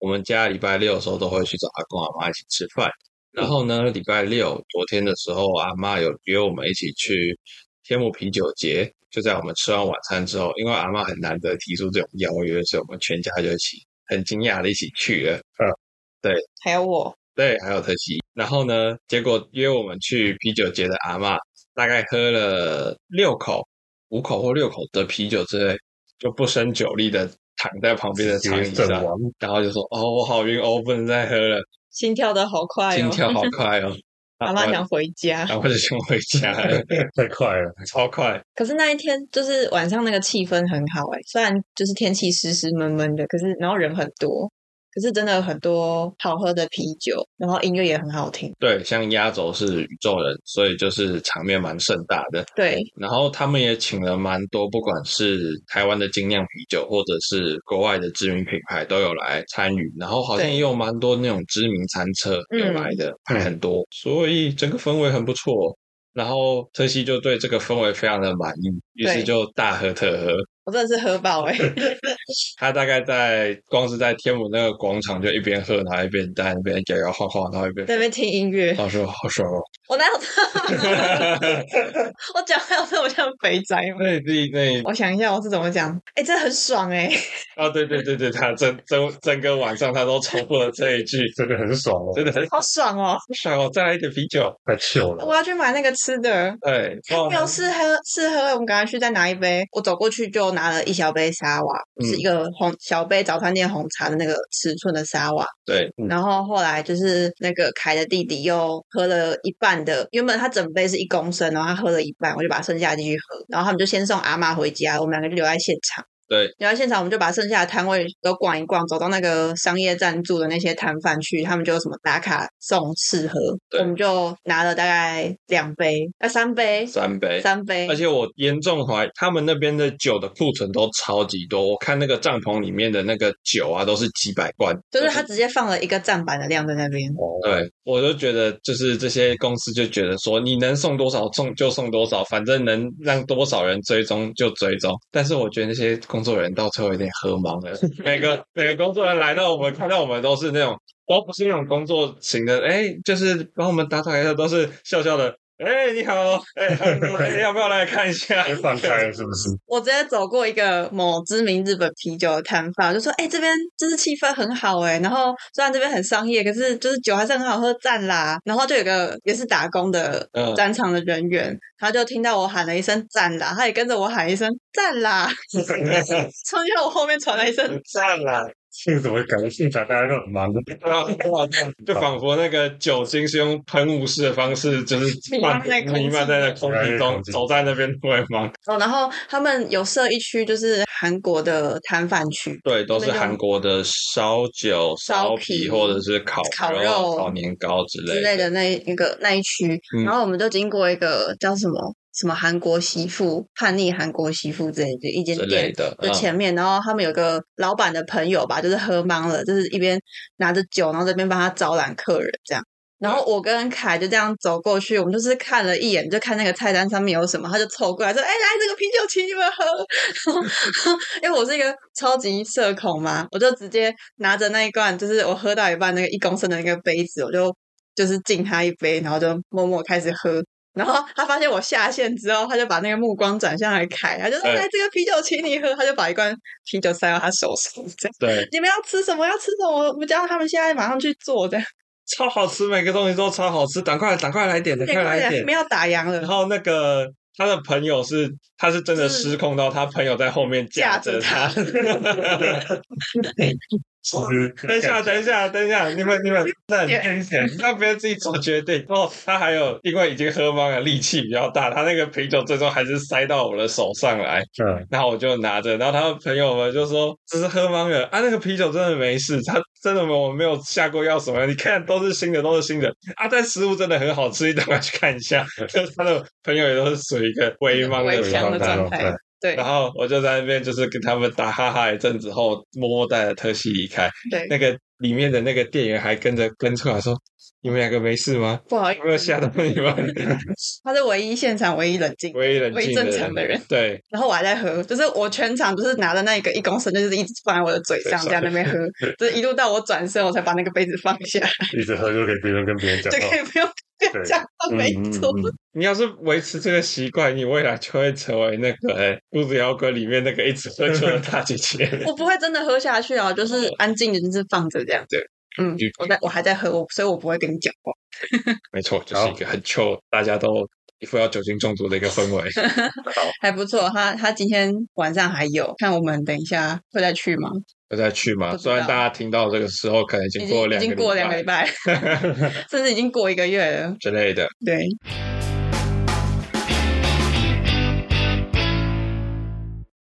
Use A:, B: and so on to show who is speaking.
A: 我们家礼拜六的时候都会去找阿公阿妈一起吃饭。然
B: 嗯
A: 后呢，礼拜六昨天的时候，阿妈有约我们一起去天母啤酒节。就在我们吃完晚餐之后，因为阿妈很难得提出这种邀约，所以我们全家就一起很惊讶的一起去了。嗯，
C: 还有我，
A: 对，还有特西。然后呢，结果约我们去啤酒节的阿嬷，大概喝了六口、五口或六口的啤酒之类，就不胜酒力的躺在旁边的
B: 直
A: 长
B: 接
A: 椅
B: 阵
A: 上，
B: 亡。
A: 然后就说：“哦，我好晕哦，我不能再喝了，
C: 心跳的好快哦，
A: 心跳呃好快 哦。啊
C: 阿妈想回家，
A: 然后就想回家 了，
B: 太快了，
A: 超快。
C: 可是那一天就是晚上那个气氛很好哎、虽然就是天气湿湿闷闷的，可是然后人很多，可是真的有很多好喝的啤酒，然后音乐也很好听。
A: 对，像压轴是宇宙人，所以就是场面蛮盛大的。
C: 对，
A: 然后他们也请了蛮多，不管是台湾的精酿啤酒，或者是国外的知名品牌都有来参与。然后好像
C: 对
A: 也有蛮多那种知名餐车
C: 嗯
A: 有来的，还很多，所以整个氛围很不错。然后特西就对这个氛围非常的满意，于是
C: 对
A: 就大喝特喝。
C: 我真的是喝 饱哎、
A: 他大概在光是在天母那个广场就一边喝，然后一边在那边摇摇晃晃，然后一边
C: 在那边听音乐，
A: 好爽好爽哦！
C: 我哪有这？我讲话有这么像肥宅吗？
A: 那那那
C: 我想一下我是怎么讲，哎、真的很爽哎、
A: 啊，对对对对，他整整整个晚上他都重复了这一句，
B: 真的很爽哦，
A: 真的很
C: 好爽哦！
A: 爽哦！再来一点啤酒，
B: 太秀
C: 我
B: 了。
C: 要去买那个吃的，
A: 对，哇
C: 没有试喝试喝，我们赶快去再拿一杯。我走过去就拿了一小杯沙瓦，
A: 嗯
C: 是一个红小杯早餐店红茶的那个尺寸的沙瓦。
A: 对，
B: 嗯
C: 然后后来就是那个凯的弟弟又喝了一半的，原本他整杯是一公升，然后他喝了一半，我就把剩下的继续喝。然后他们就先送阿妈回家，我们两个就留在现场。
A: 对，
C: 留在现场，我们就把剩下的摊位都逛一逛，走到那个商业赞助的那些摊贩去，他们就有什么打卡送试喝，
A: 对
C: 我们就拿了大概两杯，那、三杯，
A: 三杯。
C: 三杯
A: 而，且我严重怀疑他们那边的酒的库存都超级多，我看那个帐篷里面的那个酒啊，都是几百罐。
C: 就是他直接放了一个站板的量在那边。
B: 哦，
A: 对，我就觉得就是这些公司就觉得说，你能送多少送就送多少，反正能让多少人追踪就追踪。但是我觉得那些工作人员到最后有点喝懵了，每个每个工作人员来到我们看到我们都是那种都不是那种工作型的，哎，就是帮我们打打一下，都是笑笑的。哎，你好，哎，哎要不要来看一下？
B: 先放开了是不 是？
C: 我直接走过一个某知名日本啤酒的摊贩，我就说：“哎、这边就是气氛很好哎、然后虽然这边很商业，可是就是酒还是很好喝，赞啦。然后就有个也是打工的
A: 嗯
C: 战场的人员，他就听到我喊了一声“赞啦”，他也跟着我喊一声“赞啦”，冲进我后面传来一
A: 嗯
C: 声
B: 赞啦！这个怎么感觉现场大家都 很忙？
A: 就仿佛那个酒精是用喷雾式的方式，就是
C: 弥漫在空气
A: 弥漫在那空气中，走在那边会吗？
C: 哦，然后他们有设一区就是韩国的摊贩区，
A: 对，都是
C: 那种
A: 韩国的烧酒、
C: 烧
A: 烧
C: 皮
A: 皮或者是烤
C: 烤
A: 肉、
C: 肉
A: 烤年糕之
C: 之
A: 类
C: 类的那一个那一区，
A: 嗯
C: 然后我们就经过一个叫什么什么韩国媳妇叛逆韩国媳妇之类的一间
A: 之类
C: 店。
A: 的。嗯
C: 就前面，然后他们有个老板的朋友吧，就是喝懵了，就是一边拿着酒，然后这边帮他招揽客人这样。然后我跟凯就这样走过去，我们就是看了一眼，就看那个菜单上面有什么，他就凑过来说：“哎，来这个啤酒，请你们喝。” 因为我是一个超级社恐嘛，我就直接拿着那一罐，就是我喝到一半那个一公升的那个杯子，我就就是敬他一杯，然后就默默开始喝。然后他发现我下线之后，他就把那个目光转向来凯，他就说：“
A: 哎
C: 来这个啤酒，请你喝。”他就把一罐啤酒塞到他手上，这样
A: 嗯对，
C: 你们要吃什么？要吃什么？我们叫他们现在马上去做，这样。
A: 超好吃，每个东西都超好吃，赶快赶快来点，赶快来点
C: 没。有打烊
A: 然
C: 了，
A: 后那个他的朋友是，他是真的
C: 是
A: 失控到他朋友在后面架着他。等一下，等一下，等一下，你们你们那
C: 也
A: 等一下，那不要自己做决定。哦，他还有，因为已经喝懵了，力气比较大，他那个啤酒最终还是塞到我的手上来。
B: 嗯，
A: 然后我就拿着，然后他的朋友们就说：“只是喝懵了啊，那个啤酒真的没事， 他真的我没有下过药什么，你看都是新的，都是新的啊，但食物真的很 好吃，你赶快去看一下。”就是他的朋友也都是属于一个微
C: 微
A: 茫的
C: 这样
A: 状
C: 的
A: 态。
C: 状态对
A: 然后我就在那边就是跟他们打哈哈一阵子后，默默带着特西离开。
C: 对，
A: 那个里面的那个店员还跟着跟出来说：“你们两个没事吗？
C: 不好意
A: 有没有
C: 思，
A: 吓到你们？”
C: 他是唯一现场唯一冷静，
A: 唯一冷静
C: 唯一正常的人，
A: 对，
C: 然后我还在喝，就是我全场就是拿着那个一公升，就是一直放在我的嘴上，
A: 对
C: 这样在那边喝，就是一路到我转身，我才把那个杯子放下，
B: 一直喝就可以不用跟别人讲
C: 就
B: 话
C: 可。以不用
B: 对
C: 讲话， 没错。
B: 嗯嗯嗯
A: 你要是维持这个习惯，你未来就会成为那个哎，肚子摇滚里面那个一直喝酒的大姐姐。
C: 我不会真的喝下去啊，就是安静的，就是放着这样。
A: 对，
C: 嗯
A: 就，
C: 我在我还在喝，我所以我不会跟你讲话。
A: 没错，就是一个很 chill，大家都一副要酒精中毒的一个 氛围。
C: 还不错，他他今天晚上还有，看我们等一下会再去吗？
A: 要再去吗？
C: 不知
A: 虽
C: 道
A: 然大家听到这个时候，可能已
C: 已
A: 经过
C: 经
A: 了
C: 已
A: 两
C: 经过两个礼
A: 礼拜
C: 拜，甚至已经过一个月了。
A: 之类的。
C: 对，